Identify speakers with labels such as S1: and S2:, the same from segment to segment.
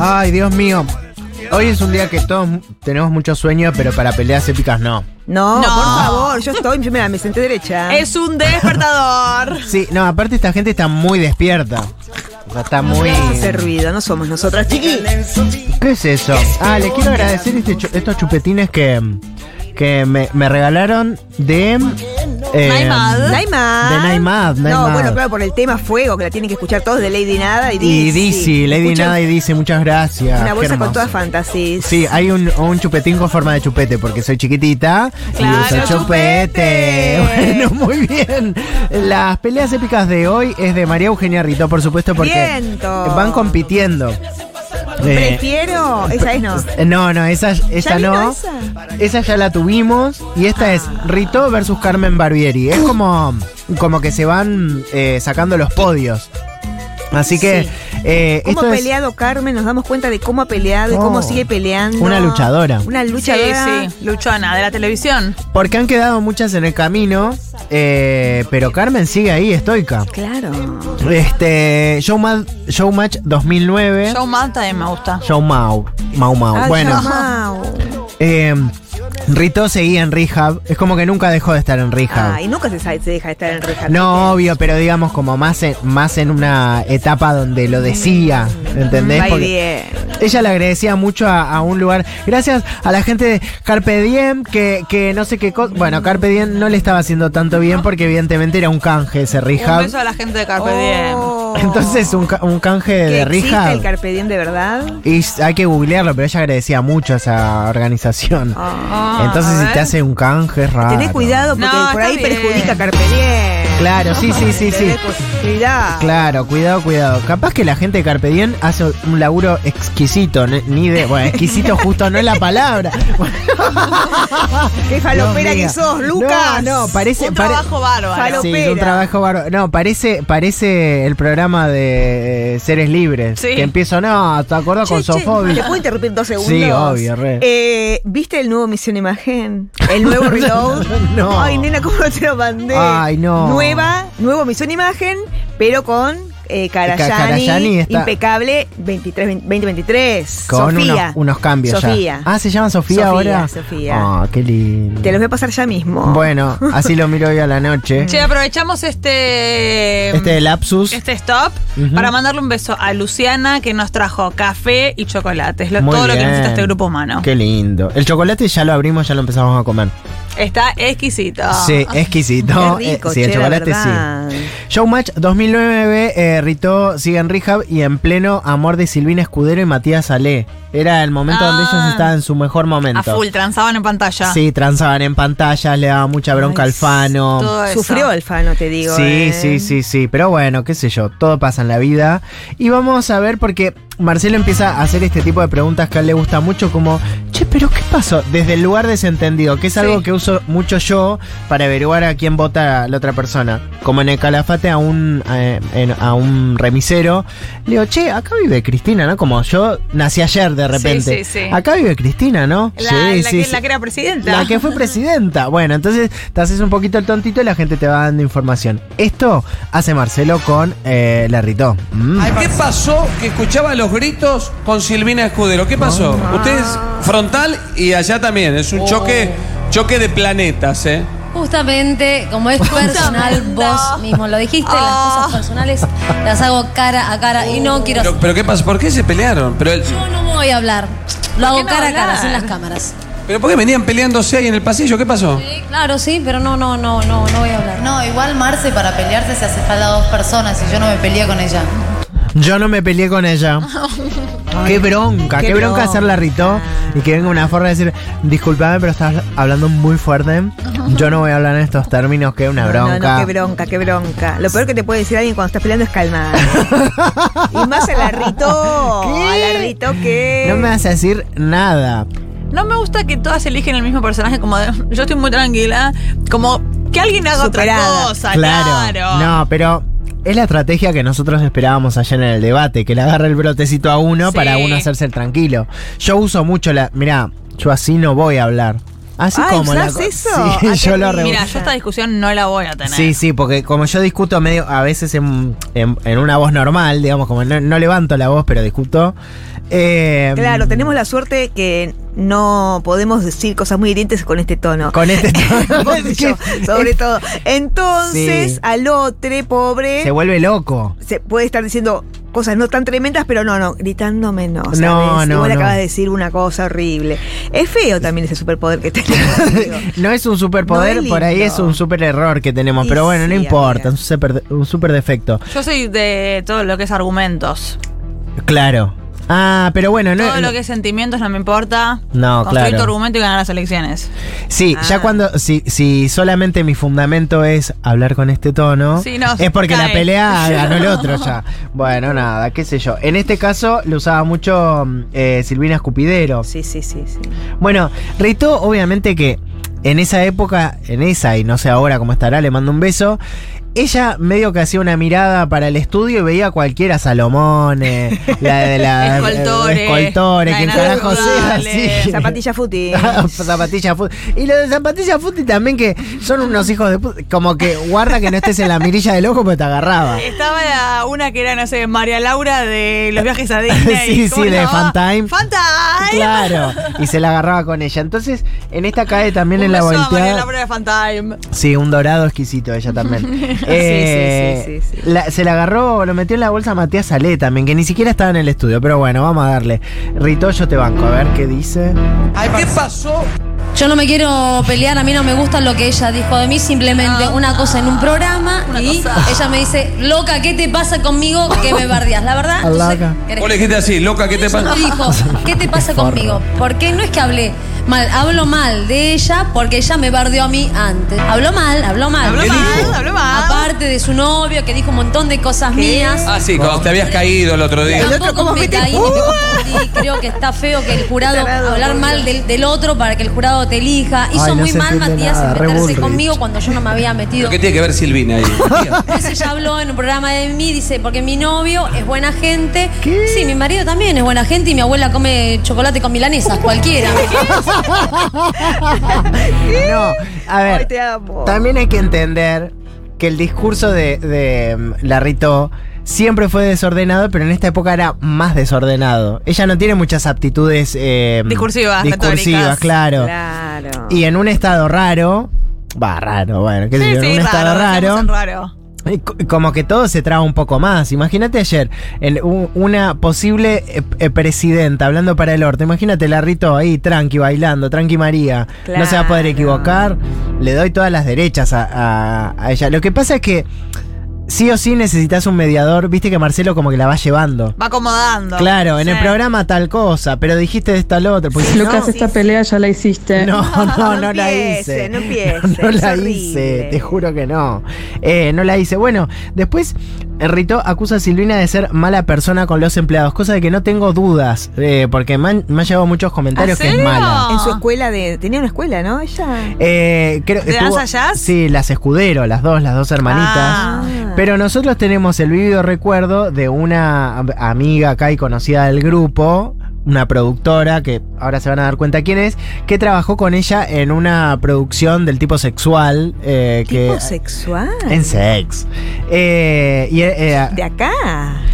S1: Ay, Dios mío. Hoy es un día que todos tenemos muchos sueños, pero para peleas épicas no.
S2: No,
S3: No.
S2: por favor, yo estoy, yo mira, me senté derecha.
S3: Es un despertador.
S1: Sí, no, aparte esta gente está muy despierta. O sea, está muy...
S2: Ese ruido, no somos nosotras, chiqui.
S1: ¿Qué es eso? Ah, le quiero agradecer este chu- estos chupetines que, que me, me regalaron de... eh,
S3: Naimad.
S2: Naimad.
S1: De Naimad,
S2: No,
S1: Naimad.
S2: bueno, claro, por el tema fuego, que la tienen que escuchar todos de Lady Nada y Dizzy.
S1: Y Dizzy, Lady
S2: Escuchan
S1: Nada y dice muchas gracias.
S2: Una
S1: qué
S2: bolsa con
S1: hermoso.
S2: todas fantasías.
S1: Sí, eh, hay un, un chupetín con forma de chupete porque soy chiquitita
S3: Claro,
S1: y uso chupete.
S3: chupete.
S1: Bueno, muy bien. Las peleas épicas de hoy es de María Eugenia Rito, por supuesto, porque
S2: Viento.
S1: van compitiendo. Eh,
S2: Prefiero, esa es no.
S1: no, no, esa, esa
S2: vino
S1: no.
S2: esa?
S1: Esa ya la tuvimos. Y esta es Rito versus Carmen Barbieri. Es como, como que se van eh, sacando los podios. Así que. eh,
S2: ¿Cómo ha
S1: esto es-
S2: peleado Carmen? Nos damos cuenta de cómo ha peleado y
S1: Oh,
S2: cómo sigue peleando.
S1: una luchadora.
S2: Una luchadora.
S3: Sí, sí. Luchona de la televisión.
S1: Porque han quedado muchas en el camino, eh, pero Carmen sigue ahí, estoica.
S2: Claro.
S1: Este, Showma- Showmatch 2009.
S3: Showman también me gusta.
S1: Showmau. Mau Ah, Mau.
S2: Ay,
S1: bueno,
S2: Mau.
S1: eh, Rito seguía en rehab. Es como que nunca dejó de estar en rehab.
S2: Ay, nunca se, sabe- se deja de estar en rehab.
S1: no, obvio, pero digamos como más en, más en una etapa donde lo decía, ¿entendés?
S2: Va y
S1: Porque-
S2: bien.
S1: Ella le agradecía mucho a, a un lugar. Gracias a la gente de Carpe Diem, que, que no sé qué cosa. Bueno, Carpe Diem no le estaba haciendo tanto bien porque evidentemente era un canje ese
S3: Un
S1: rehab.
S3: beso a la gente de Carpe Diem.
S2: Oh.
S1: Entonces, un, ca- un canje
S2: ¿Que
S1: de
S2: existe
S1: rehab.
S2: el Carpe Diem de verdad?
S1: Y s- hay que googlearlo, pero ella agradecía mucho a esa organización.
S2: Ah.
S3: Ah,
S1: Entonces,
S3: a
S1: si
S3: ver.
S1: te hace un canje, es raro.
S2: Tenés cuidado porque
S3: No,
S2: por
S3: está
S2: ahí
S3: bien.
S2: perjudica a Carpe Diem.
S1: Claro, sí, sí, sí, sí.
S2: Tenés cos- Cuidado.
S1: Claro, cuidado, cuidado. Capaz que la gente de Carpe Diem hace un laburo exquisito, ne- ni de. Bueno, exquisito justo no es la palabra.
S2: Qué falopera
S1: Dios
S2: que
S1: mío.
S2: sos, Lucas.
S1: No, no, parece.
S3: Un
S1: pare-
S3: trabajo bárbaro.
S2: Falo-
S1: Sí, es un
S2: Opera.
S1: trabajo bárbaro. No, parece, parece el programa de eh, Seres Libres.
S3: Sí.
S1: Que empiezo, no, ¿te acuerdas
S2: Che,
S1: con
S2: che,
S1: Sofobia?
S2: ¿Te puedo interrumpir dos segundos?
S1: Sí, obvio, re.
S2: Eh, ¿Viste el nuevo Misión Imagen? ¿El nuevo Reload?
S1: No.
S2: Ay, nena, ¿cómo no te lo mandé?
S1: Ay, no.
S2: Nueva, nuevo Misión Imagen, pero con eh, Karayani,
S1: Ca- Karayani está-
S2: impecable, 23, 2023.
S1: Con unos,
S2: Sofía.
S1: unos cambios
S2: Sofía.
S1: ya. Ah, ¿se llaman Sofía,
S2: Sofía,
S1: ahora?
S2: Sofía.
S1: Ah, qué lindo.
S2: Te los voy a pasar ya mismo.
S1: Bueno, así lo miro hoy a la noche.
S3: Che, aprovechamos este.
S1: Este lapsus.
S3: este stop
S1: Ujú.
S3: para mandarle un beso a Luciana que nos trajo café y chocolates. Lo-
S1: Muy
S3: todo lo que
S1: bien.
S3: necesita este grupo humano.
S1: Qué lindo. El chocolate ya lo abrimos, ya lo empezamos a comer.
S3: Está exquisito.
S1: Sí, exquisito.
S2: Ah. Qué rico,
S1: Eh, sí, el
S2: che, la
S1: chocolate sí.
S2: verdad.
S1: Showmatch 2009, eh, Rito sigue en rehab y en pleno amor de Silvina Escudero y Matías Ale. Era el momento
S3: Ah.
S1: donde ellos estaban en su mejor momento.
S3: A full, transaban en pantalla.
S1: Sí, transaban en pantallas, le daba mucha bronca
S2: Ay,
S1: al Fano.
S3: todo eso.
S2: Sufrió Alfano, te digo.
S1: sí,
S2: eh.
S1: sí, sí, sí. Pero bueno, qué sé yo, todo pasa en la vida. Y vamos a ver porque Marcelo empieza a hacer este tipo de preguntas que a él le gusta mucho, como, che, pero ¿qué pasó? Desde el lugar desentendido, que es algo
S3: Sí.
S1: que uso mucho yo para averiguar a quién vota la otra persona. Como en el calafate a un, eh, en- a un remisero, le digo, che, acá vive Cristina, ¿no? Como yo nací ayer de repente.
S3: sí, sí.
S1: Acá vive Cristina, ¿no?
S3: La, la que, la que era presidenta.
S1: La que fue presidenta. Bueno, entonces te haces un poquito el tontito y la gente te va dando información. Esto hace Marcelo con eh, la Ritó. Mm.
S4: ¿Qué pasó que escuchaba los gritos con Silvina Escudero? ¿Qué pasó? Ustedes frontal y allá también. Es un choque, choque de planetas, ¿eh?
S5: Justamente, como es personal,
S3: Justamente. Ah.
S5: vos mismo lo dijiste, las cosas personales las hago cara a cara y
S3: Oh.
S5: no quiero.
S4: Pero, pero ¿qué pasó? ¿Por qué se pelearon? Pero, el-
S5: Yo no voy a hablar, lo
S3: qué
S5: hago
S3: no
S5: cara a
S3: hablar?
S5: cara, sin las cámaras.
S4: pero ¿por qué venían peleándose ahí en el pasillo? ¿Qué pasó?
S5: Sí, claro, sí, pero no, no, no, no, no voy a hablar.
S6: No, igual Marce para pelearse se hace falta dos personas y yo no me peleé con ella.
S1: Yo no me peleé con ella. qué bronca, qué,
S2: qué
S1: bronca, hacer la Ritó y que venga una forma de decir, disculpame, pero estás hablando muy fuerte. Yo no voy a hablar en estos términos, que una
S2: No, no,
S1: bronca.
S2: No, qué bronca, qué bronca. Lo peor que te puede decir alguien cuando estás peleando es calmada. y más a la Rito.
S1: ¿Qué?
S2: A la Rito que.
S1: No me vas a decir nada.
S3: No me gusta que todas eligen el mismo personaje, como de, yo estoy muy tranquila, como que alguien haga
S2: Superada.
S3: otra cosa, claro.
S1: No, pero es la estrategia que nosotros esperábamos ayer en el debate, que le agarre el brotecito a uno
S3: Sí.
S1: para uno hacerse el tranquilo. Yo uso mucho la. Mirá, yo así no voy a hablar. Así
S2: Ay,
S1: como la.
S2: ¿usás
S1: co-
S2: eso?
S1: Sí,
S2: Ah,
S1: yo
S2: qué
S1: lo
S2: lindo.
S1: re-
S3: Mira, yo esta discusión no la voy a tener.
S1: Sí, sí, porque como yo discuto medio a veces en, en- en una voz normal, digamos, como no, no levanto la voz, pero discuto, Eh,
S2: Claro, tenemos la suerte que no podemos decir cosas muy hirientes con este tono.
S1: Con este tono. este
S2: Vos y yo, sobre todo. Entonces,
S1: Sí.
S2: al otro, pobre,
S1: Se vuelve loco.
S2: se puede estar diciendo cosas no tan tremendas, pero no, no, gritándome no. ¿sabes?
S1: No, no,
S2: Igual
S1: no.
S2: acabas de decir una cosa horrible. Es feo también ese superpoder que tenemos. digo.
S1: No es un superpoder,
S2: No es
S1: por ahí
S2: lindo.
S1: es un super error que tenemos.
S2: Y
S1: pero bueno, no
S2: sí,
S1: importa,
S2: amiga.
S1: es un super, un super defecto.
S3: Yo soy de todo lo que es argumentos.
S1: Claro. Ah, pero bueno, no.
S3: todo lo que es sentimientos no me importa.
S1: No,
S3: Construir
S1: claro.
S3: tu argumento y ganar las elecciones.
S1: Sí, ya
S2: Ah.
S1: cuando. Si, si solamente mi fundamento es hablar con este tono,
S3: Sí, no,
S1: es porque la
S3: cae.
S1: pelea ganó el otro ya. Bueno, nada, qué sé yo. En este caso lo usaba mucho mm, eh, Silvina Escupidero.
S2: Sí, sí, sí, sí.
S1: Bueno, Rito, obviamente que en esa época, en esa y no sé ahora cómo estará, le mando un beso. Ella medio que hacía una mirada para el estudio y veía a cualquiera Salomone, la de la
S3: Escoltore, la
S1: Escoltore,
S3: de
S1: quien
S3: Nacho
S1: carajo sea
S3: González,
S1: sí.
S2: Zapatilla futi.
S1: Zapatilla Fut- Y los de Zapatilla Futi también que son unos hijos de puta. Como que guarda que no estés en la mirilla del ojo porque te agarraba.
S3: Estaba la- una que era, no sé, María Laura de los viajes a Disney.
S1: Sí,
S3: ¿Cómo
S1: sí,
S3: se
S1: de
S3: llamaba?
S1: Fantime.
S3: Fantime.
S1: Claro. Y se la agarraba con ella. Entonces, en esta cae también
S3: Un
S1: en la
S3: beso a María
S1: volteada.
S3: Laura de Fantime.
S1: Sí, un dorado exquisito ella también. Eh,
S2: Sí, sí, sí, sí, sí.
S1: la- se la agarró, lo metió en la bolsa Matías Ale también, que ni siquiera estaba en el estudio. Pero bueno, vamos a darle. Rito, yo te banco. A ver qué dice.
S4: ¿Qué pasó?
S5: Yo no me quiero pelear, a mí no me gusta lo que ella dijo de mí, simplemente una cosa en un programa
S3: Ah. Una
S5: y
S3: cosa.
S5: ella me dice, loca, ¿qué te pasa conmigo que me bardeas? La verdad, no sé,
S1: Loca.
S5: ¿querés
S4: Vos le dijiste así, loca, ¿qué te
S5: Eso
S4: pasa?
S5: me dijo, ¿qué te pasa conmigo? Porque no es que hablé mal, hablo mal de ella porque ella me bardeó a mí antes. Habló mal, habló mal.
S3: Habló
S4: ¿Qué mal, dijo?
S3: habló mal.
S5: Aparte de su novio que dijo un montón de cosas mías.
S4: Ah, sí, cuando te habías caído el otro día.
S2: otro
S5: Tampoco
S2: como
S5: me
S2: fuiste,
S5: caí ni me confundí. Creo que está feo que el jurado
S2: Tarado,
S5: hablar
S2: boludo.
S5: mal del, del otro para que el jurado te elija. Hizo
S1: Ay, no
S5: muy
S1: se
S5: mal
S1: entiende
S5: Matías
S1: nada,
S5: en
S1: re
S5: meterse
S1: Bullrich.
S5: conmigo cuando yo no me había metido.
S4: ¿Pero ¿Qué tiene que ver Silvina ahí? Tía.
S5: Entonces ella habló en un programa de mí, dice, porque mi novio es buena gente.
S1: ¿Qué?
S5: Sí, mi marido también es buena gente y mi abuela come chocolate con milanesas, cualquiera.
S1: No, a ver.
S2: Ay, te amo.
S1: También hay que entender que el discurso de, de mm, la Rito siempre fue desordenado, pero en esta época era más desordenado. Ella no tiene muchas aptitudes eh,
S3: Discursivas,
S1: discursivas
S3: retóricas.
S1: claro.
S2: Claro.
S1: Y en un estado raro, va raro, bueno, qué sé yo, en un estado
S3: dejemos
S1: raro,
S3: en raro.
S1: y Eh, co- como que todo se traba un poco más. Imagínate ayer, en u- una posible eh, eh, presidenta hablando para el orto, imagínate la Rito ahí, tranqui, bailando, tranqui María, no se va a poder
S2: Claro.
S1: equivocar, le doy todas las derechas a, a- a ella. Lo que pasa es que sí o sí necesitas un mediador, viste que Marcelo como que la va llevando.
S3: Va acomodando.
S1: Claro, en
S3: Sí.
S1: el programa tal cosa, pero dijiste esta lo otro. Pues, si
S7: Lo que
S1: no-
S7: hace esta pelea ya la hiciste.
S1: no, no, no,
S2: No
S1: la
S2: empiece,
S1: hice.
S2: no empiece,
S1: No
S2: es
S1: la
S2: horrible.
S1: hice, te juro que no. Eh, no la hice. Bueno, después eh, Rito acusa a Silvina de ser mala persona con los empleados, cosa de que no tengo dudas, eh, porque me han, me han llegado muchos comentarios
S3: ¿En
S1: que es
S3: serio?
S1: mala.
S2: En su escuela de. Tenía una escuela, ¿no? Ella.
S1: Eh, creo,
S3: ¿De
S1: estuvo-
S3: danza jazz?
S1: Sí, las escudero, las dos, las dos hermanitas.
S3: Ah.
S1: Pero nosotros tenemos el vívido recuerdo de una am- amiga acá y conocida del grupo, una productora que ahora se van a dar cuenta quién es, que trabajó con ella en una producción del tipo sexual. eh,
S2: tipo
S1: que,
S2: sexual.
S1: En sex. Eh, y, eh,
S2: De acá.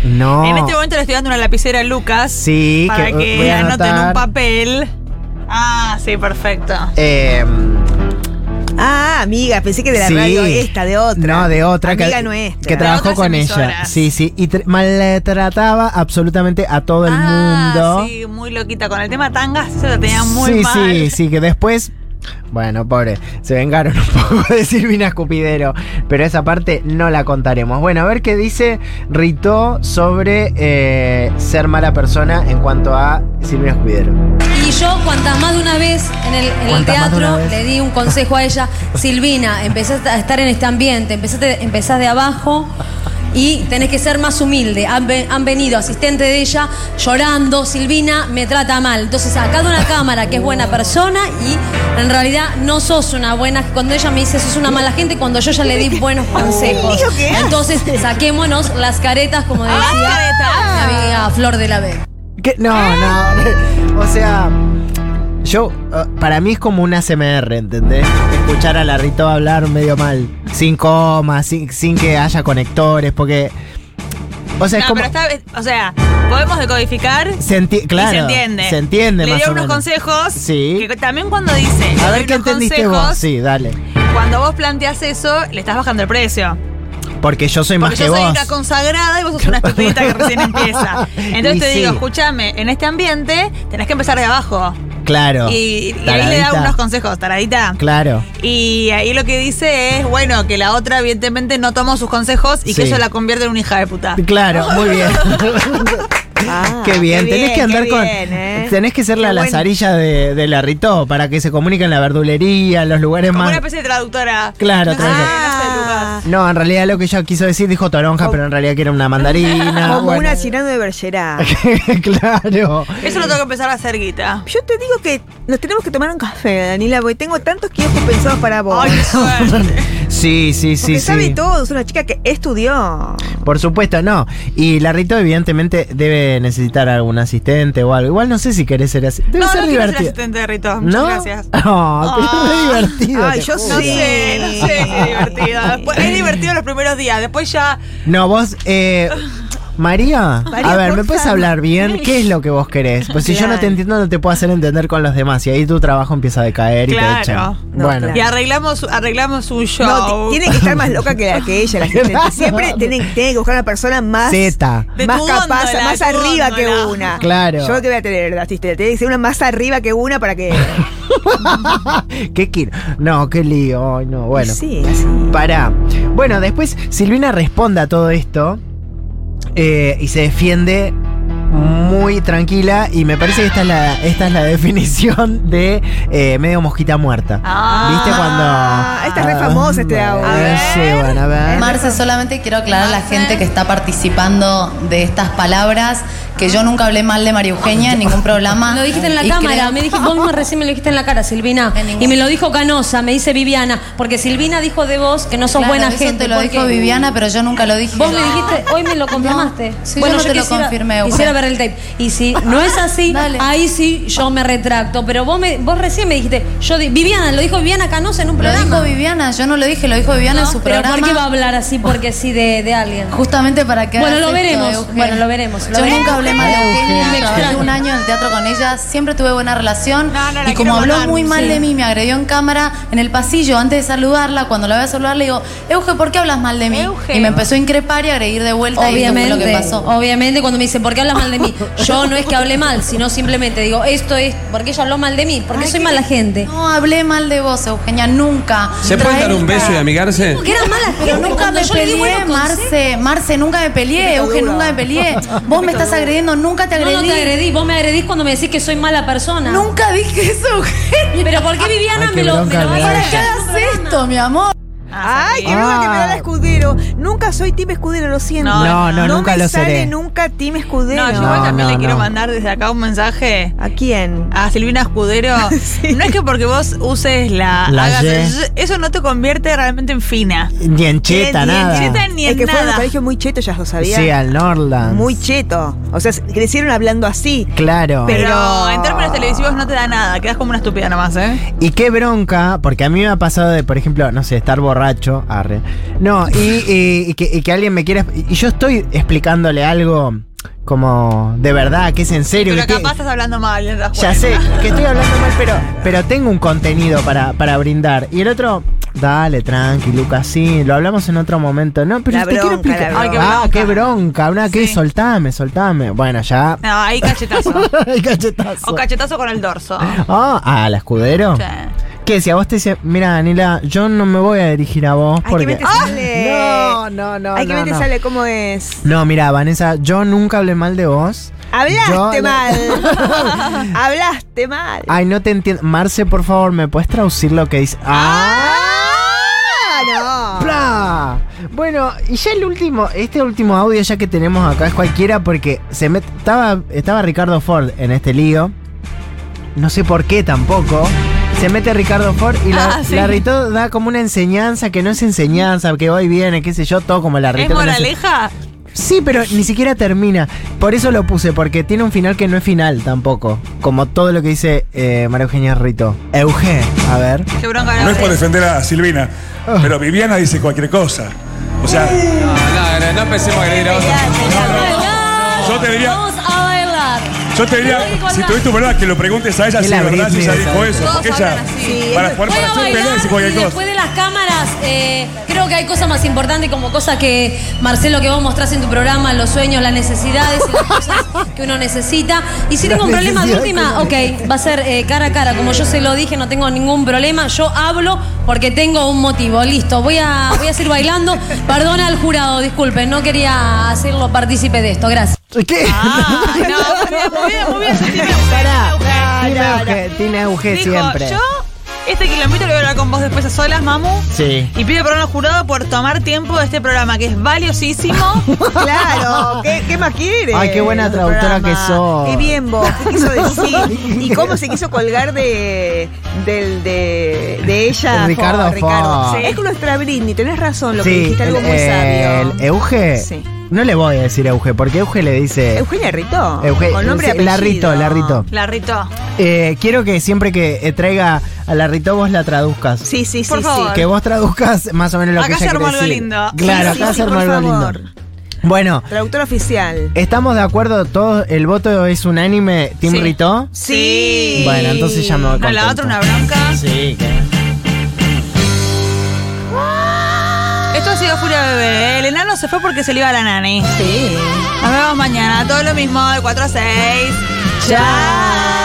S1: no.
S3: En este momento le estoy dando una lapicera a Lucas.
S1: sí,
S3: para que,
S1: voy a
S3: anoten
S1: anotar.
S3: un papel. Ah, sí, perfecto.
S1: Em,
S2: Ah, amiga, pensé que de la
S1: Sí.
S2: radio esta, de otra.
S1: No, de otra
S2: amiga
S1: que,
S2: nuestra.
S1: que trabajó
S3: otras
S1: con ella.
S3: emisoras.
S1: Sí, sí. Y tra- maltrataba absolutamente a todo el
S3: ah,
S1: mundo.
S3: Sí, muy loquita. Con el tema tangas, se la tenía muy
S1: sí,
S3: mal.
S1: sí, sí, que después. Bueno, pobre, se vengaron un poco de Silvina Escupidero, pero esa parte no la contaremos. Bueno, a ver qué dice Rito sobre eh, ser mala persona en cuanto a Silvina Escupidero.
S5: Y yo, cuantas más de una vez en el, en el
S1: Cuantas más de una vez.
S5: teatro, le di un consejo a ella, Silvina, empezaste a estar en este ambiente, empezaste, empezás de abajo y tenés que ser más humilde. Han, ve- han venido asistente de ella llorando, Silvina me trata mal. Entonces, acá de una cámara que es buena persona y en realidad no sos una buena, cuando ella me dice sos una mala gente, cuando yo ya le di buenos consejos. Entonces, saquémonos las caretas, como decía mi amiga Flor de la B.
S1: ¿Qué? No, no. O sea, yo, eh, para mí es como una CMR, ¿entendés? Escuchar a la Rito hablar medio mal, sin comas, sin, sin que haya conectores, porque O sea, es
S3: no,
S1: como.
S3: pero está, o sea, podemos decodificar.
S1: Se enti- claro,
S3: y se entiende.
S1: se entiende
S3: Le
S1: más
S3: dio
S1: o
S3: unos
S1: menos.
S3: consejos.
S1: Sí.
S3: Que también cuando dice. le
S1: A
S3: doy
S1: ver qué
S3: unos
S1: entendiste
S3: consejos,
S1: vos. Sí, dale.
S3: Cuando vos planteas eso, le estás bajando el precio.
S1: Porque yo soy
S3: Porque
S1: más que
S3: yo soy
S1: vos.
S3: una consagrada y vos sos una estupidita que recién empieza. Entonces
S1: Y
S3: te
S1: sí.
S3: digo, escúchame, en este ambiente tenés que empezar de abajo.
S1: Claro.
S3: Y, y ahí le da
S1: Taradita.
S3: unos consejos, taradita.
S1: Claro.
S3: Y ahí lo que dice es, bueno, que la otra evidentemente no tomó sus consejos y que
S1: Sí.
S3: eso la convierte en una hija de puta.
S1: Claro, muy bien.
S2: Ah,
S1: qué bien,
S2: qué
S1: tenés que
S2: bien,
S1: andar
S2: qué
S1: con.
S2: bien, ¿eh?
S1: Tenés que ser
S2: Qué
S1: la
S2: bueno.
S1: lazarilla de, de la Ritó para que se comuniquen la verdulería, los lugares
S3: Como
S1: más.
S3: una Ah. especie de traductora.
S1: Claro,
S3: No sé,
S1: traductora.
S2: Ah.
S3: no sé, Lucas.
S1: No, en realidad lo que ella quiso decir dijo toronja,
S3: Oh.
S1: pero en realidad que era una mandarina.
S2: Como
S1: bueno.
S2: una Cirano de Bergerac.
S1: claro.
S3: Eso lo tengo que empezar a hacer guita.
S2: Yo te digo que nos tenemos que tomar un café, Daniela, porque tengo tantos kioscos pensados para vos.
S3: Ay, qué suerte.
S1: Sí, sí, sí,
S2: porque
S1: sí.
S2: sabe todo, es una chica que estudió.
S1: Por supuesto, no. Y la Rito evidentemente debe necesitar algún asistente o algo. Igual no sé si querés ser así. Debe
S3: No,
S1: ser
S3: no quiero ser
S1: divertido.
S3: asistente de Rito. Muchas
S1: ¿No?
S3: gracias.
S1: No, pero
S3: Ah.
S1: es divertido.
S2: Ay,
S1: te
S2: yo
S1: juro.
S3: No sé, no sé, qué divertido. Después- es divertido los primeros días, después ya.
S1: No, vos, eh, María,
S2: María,
S1: a ver, ¿me
S2: porfa.
S1: puedes hablar bien? ¿Qué es lo que vos querés? Pues si yo no te
S2: Claro.
S1: entiendo, no te puedo hacer entender con los demás. Y ahí tu trabajo empieza a decaer
S3: Claro.
S1: y te echan.
S2: No,
S1: bueno,
S3: Y arreglamos, arreglamos un show.
S2: No, ti- tiene que estar más loca que, la, que ella, la asistente. Siempre tiene, tiene que buscar una persona más.
S1: Z.
S3: De
S2: más
S3: tu
S2: capaz,
S3: góndola,
S2: más
S3: tu
S2: arriba que
S3: góndola.
S2: una.
S1: Claro.
S2: Yo que voy a tener de asistente. Tiene que ser una más arriba que una para que.
S1: ¿Qué quiero? No, qué lío. Ay, no, bueno. Ah,
S2: Sí, sí.
S1: Pará. Bueno, después Silvina responde a todo esto eh, y se defiende muy tranquila y me parece que esta es la, esta es la definición de eh, medio mosquita muerta.
S3: Ah.
S1: ¿Viste cuando...?
S2: esta es re famosa, este
S1: Ah,
S2: audio.
S1: eh,
S2: A ver.
S1: Sí, bueno, a ver.
S6: Marce, solamente quiero aclarar a la
S3: Marce.
S6: gente que está participando de estas palabras que yo nunca hablé mal de María Eugenia en ningún programa.
S5: Lo dijiste en la
S6: Y
S5: cámara,
S6: creo-
S5: me dijiste, vos mismo recién me lo dijiste en la cara, Silvina.
S6: En ningún-
S5: Y me lo dijo Canosa, me dice Viviana, porque Silvina dijo de vos que no sos
S6: Claro,
S5: buena
S6: eso
S5: gente.
S6: te lo
S5: porque
S6: dijo Viviana, pero yo nunca lo dije.
S5: Vos me dijiste, hoy me lo confirmaste.
S6: No, sí, yo no te lo confirmé, Eugen.
S5: Quisiera ver el tape. Y si no es así,
S6: Dale.
S5: ahí sí yo me retracto. Pero vos me, vos recién me dijiste, yo di- Viviana, lo dijo Viviana Canosa en un
S6: Lo
S5: programa.
S6: dijo Viviana, yo no lo dije, lo dijo Viviana en su
S5: No, Pero
S6: programa.
S5: ¿por qué va a hablar así? Porque sí, de, de alguien.
S6: Justamente para que.
S5: Bueno,
S6: hagas
S5: lo
S6: esto,
S5: veremos,
S6: Eugen.
S5: bueno, lo veremos, lo
S6: yo
S5: veremos.
S6: nunca hablé mal de
S5: Me
S6: Eugenia. Trabajé
S5: extraña.
S6: un año en el teatro con ella, siempre tuve buena relación.
S3: No, no, la
S6: y como
S3: quiero
S6: habló
S3: matar,
S6: muy mal
S5: sí.
S6: de mí, me agredió en cámara, en el pasillo, antes de saludarla, cuando la voy a saludar, le digo, Euge, ¿por qué hablas mal de mí?
S3: Euge.
S6: Y me empezó a increpar y a agredir de vuelta y esto fue
S5: Obviamente,
S6: lo que pasó.
S5: obviamente cuando me dicen, ¿por qué hablas mal de mí? Yo no es que hable mal, sino simplemente digo, esto es porque ella habló mal de mí, porque
S6: Ay,
S5: soy
S6: qué-
S5: mala gente.
S6: No hablé mal de vos, Eugenia, nunca.
S4: ¿Se puede
S6: Trae
S4: dar un
S6: nunca-
S4: beso y amigarse?
S5: Porque era mala gente.
S6: Pero nunca
S5: cuando
S6: me
S5: yo le di
S6: peleé,
S5: buenos consejos.
S6: Marce. Marce, nunca me peleé.
S2: Qué
S6: Euge,
S2: dura.
S6: nunca me peleé. Vos me estás agrediendo, nunca te
S5: No,
S6: agredí.
S5: no te agredí, vos me agredís cuando me decís que soy mala persona.
S6: Nunca dije eso, Eugenia.
S5: Pero ¿por qué Viviana
S1: Ay, qué
S5: me lo, me
S1: bronca
S5: lo
S1: me da
S5: hace
S6: ¿Para qué
S1: ella.
S5: callar?
S6: hagas esto, mi amor?
S2: Ay,
S3: Ah.
S2: qué bronca que me da la escudero. Nunca soy team escudero, lo siento.
S3: No, no,
S1: no, nunca
S2: me
S1: lo
S2: sale
S1: seré.
S2: nunca team
S3: No,
S2: escudero.
S3: yo
S1: No,
S3: también
S1: no,
S3: le quiero
S1: no.
S3: mandar desde acá un mensaje
S2: ¿A quién?
S3: a Silvina Escudero. No es que porque vos uses la.
S1: La
S3: hagas
S1: Y.
S3: el- eso no te convierte realmente en fina.
S1: Ni en cheta,
S3: ni en
S1: nada.
S3: cheta, ni
S2: es
S3: en
S2: que fue a un
S3: nada.
S2: colegio muy cheto, ya lo sabía.
S1: Sí, al Norland.
S2: muy cheto. O sea, crecieron hablando así.
S1: Claro.
S3: Pero en términos televisivos no te da nada, quedas como una estúpida nomás, ¿eh?
S1: Y qué bronca, porque a mí me ha pasado de, por ejemplo, no sé, estar borracho, arre. No, y, y- y que, y que alguien me quiera. Y yo estoy explicándole algo como de verdad, que es en serio.
S3: Pero
S1: que te-
S3: capaz estás hablando mal, ¿te das
S1: ya
S3: cuenta?
S1: sé, que estoy hablando mal, pero, pero tengo un contenido para, para brindar. Y el otro, dale, tranqui, Lucas, sí, lo hablamos en otro momento. No, pero
S2: La
S1: te quiero
S2: bronca, la
S1: explicar.
S3: bronca.
S1: ah, qué bronca, una que
S3: Sí.
S1: soltame, soltame. Bueno, ya.
S3: No, ahí cachetazo.
S1: El cachetazo.
S3: o cachetazo con el dorso.
S1: Ah, al escudero.
S3: Sí.
S1: Que si a vos te dice, mira Daniela, yo no me voy a dirigir a vos
S2: Hay que
S1: porque.
S2: ver te sale.
S1: Ah, No, no, no.
S2: Hay que
S1: no,
S2: ver te
S1: no.
S2: sale cómo es.
S1: No, mira, Vanessa, yo nunca hablé mal de vos. Yo Ah.
S2: Hablaste
S1: le-
S2: mal. Hablaste mal.
S1: Ay, no te entiendo. Marce, por favor, ¿me puedes traducir lo que dice? Ah.
S2: Ah, no.
S1: ¡Pla! Bueno, y ya el último, este último audio ya que tenemos acá es cualquiera porque se met- estaba, estaba Ricardo Ford en este lío. No sé por qué tampoco. Se mete Ricardo Ford y la,
S3: Ah, sí.
S1: la Ritó da como una enseñanza que no es enseñanza, que va y viene, qué sé yo, todo como la
S3: ¿Es
S1: Ritó. que no sé-
S3: moraleja?
S1: Sí, pero ni siquiera termina. Por eso lo puse, porque tiene un final que no es final tampoco. Como todo lo que dice eh, María Eugenia Rito. Euge, a ver.
S3: Qué bronca
S7: No es por
S3: hablar de-
S7: defender a Silvina, pero Viviana dice cualquier cosa. O sea,
S4: No, no, no, eh, no empecemos a agredir a otros.
S2: Pelear, pelear.
S7: Yo te diría-
S5: Vamos a bailar.
S7: Yo te diría,
S5: Voy con
S7: si
S5: la-
S7: tuviste un problema, que lo preguntes a ella si
S1: Es la
S7: de verdad si
S1: Britney
S7: ella
S1: esa.
S7: dijo eso.
S3: Todos
S7: Porque ella,
S3: hablan así.
S2: Sí,
S7: para
S2: es-
S7: jugar
S5: Voy
S7: para
S5: a
S7: hacer pelea,
S5: bailar
S7: dice
S5: y
S7: cualquier cosa.
S5: después de las cámaras, eh, creo que hay cosas más importantes como cosas que, Marcelo, que vos mostrás en tu programa, los sueños, las necesidades y las cosas que uno necesita. Y si tengo un problema de última, ok, va a ser eh, cara a cara. Como yo se lo dije, no tengo ningún problema. Yo hablo porque tengo un motivo. Listo, voy a, voy a seguir bailando. Perdona al jurado, disculpen, no quería hacerlo partícipe de esto. Gracias.
S1: ¿Qué?
S3: Ah, no, muy bien, muy bien, muy bien.
S1: Pará. Tiene
S2: no,
S1: auge, tiene auge
S3: Dijo,
S1: siempre.
S3: yo este kilómetro lo voy a hablar con vos después a solas, mamu.
S1: Sí.
S3: Y pido perdón al jurado por tomar tiempo de este programa, que es valiosísimo.
S2: Claro, ¿qué, qué más quiere?
S1: Ay, qué buena
S2: Nuestro
S1: traductora
S2: programa.
S1: que sos.
S2: Qué bien vos, qué quiso decir. Y cómo se quiso colgar de, del- de, de ella.
S1: De Ricardo
S2: Ford, Ricardo.
S1: Ford.
S2: Sí. Es con nuestra Britney, tenés razón, lo que
S1: Sí,
S2: dijiste, algo muy
S1: el- el
S2: sabio.
S1: Euge.
S2: Sí.
S1: No le voy a decir Euge, porque Euge le dice.
S2: Eugenia Rito.
S1: Euge-
S2: con nombre y
S1: sí, Larrito,
S2: apellido.
S1: Larrito.
S3: La ritó.
S1: Eh, quiero que siempre que eh, traiga a Larrito vos la traduzcas.
S2: Sí, sí, sí.
S3: Por
S2: sí.
S3: favor.
S1: Que vos traduzcas más o menos lo
S3: Acá
S1: que
S3: se
S1: ella quiere
S3: armó algo
S1: decir.
S3: lindo.
S1: Claro,
S2: Sí,
S1: acá se
S2: sí, sí,
S1: armó
S2: por
S1: algo
S2: favor.
S1: lindo. Bueno,
S2: Traductor oficial.
S1: estamos de acuerdo, todos, el voto es unánime, Tim
S3: Sí.
S1: Rito.
S3: Sí.
S1: Bueno, entonces ya me voy
S3: No, la
S1: contento.
S3: otra una bronca.
S1: Sí,
S3: Esto ha sido Furia Bebé. El enano se fue porque se le iba a la nani. Sí. Nos vemos mañana. Todo lo mismo, de 4 a 6. Chao.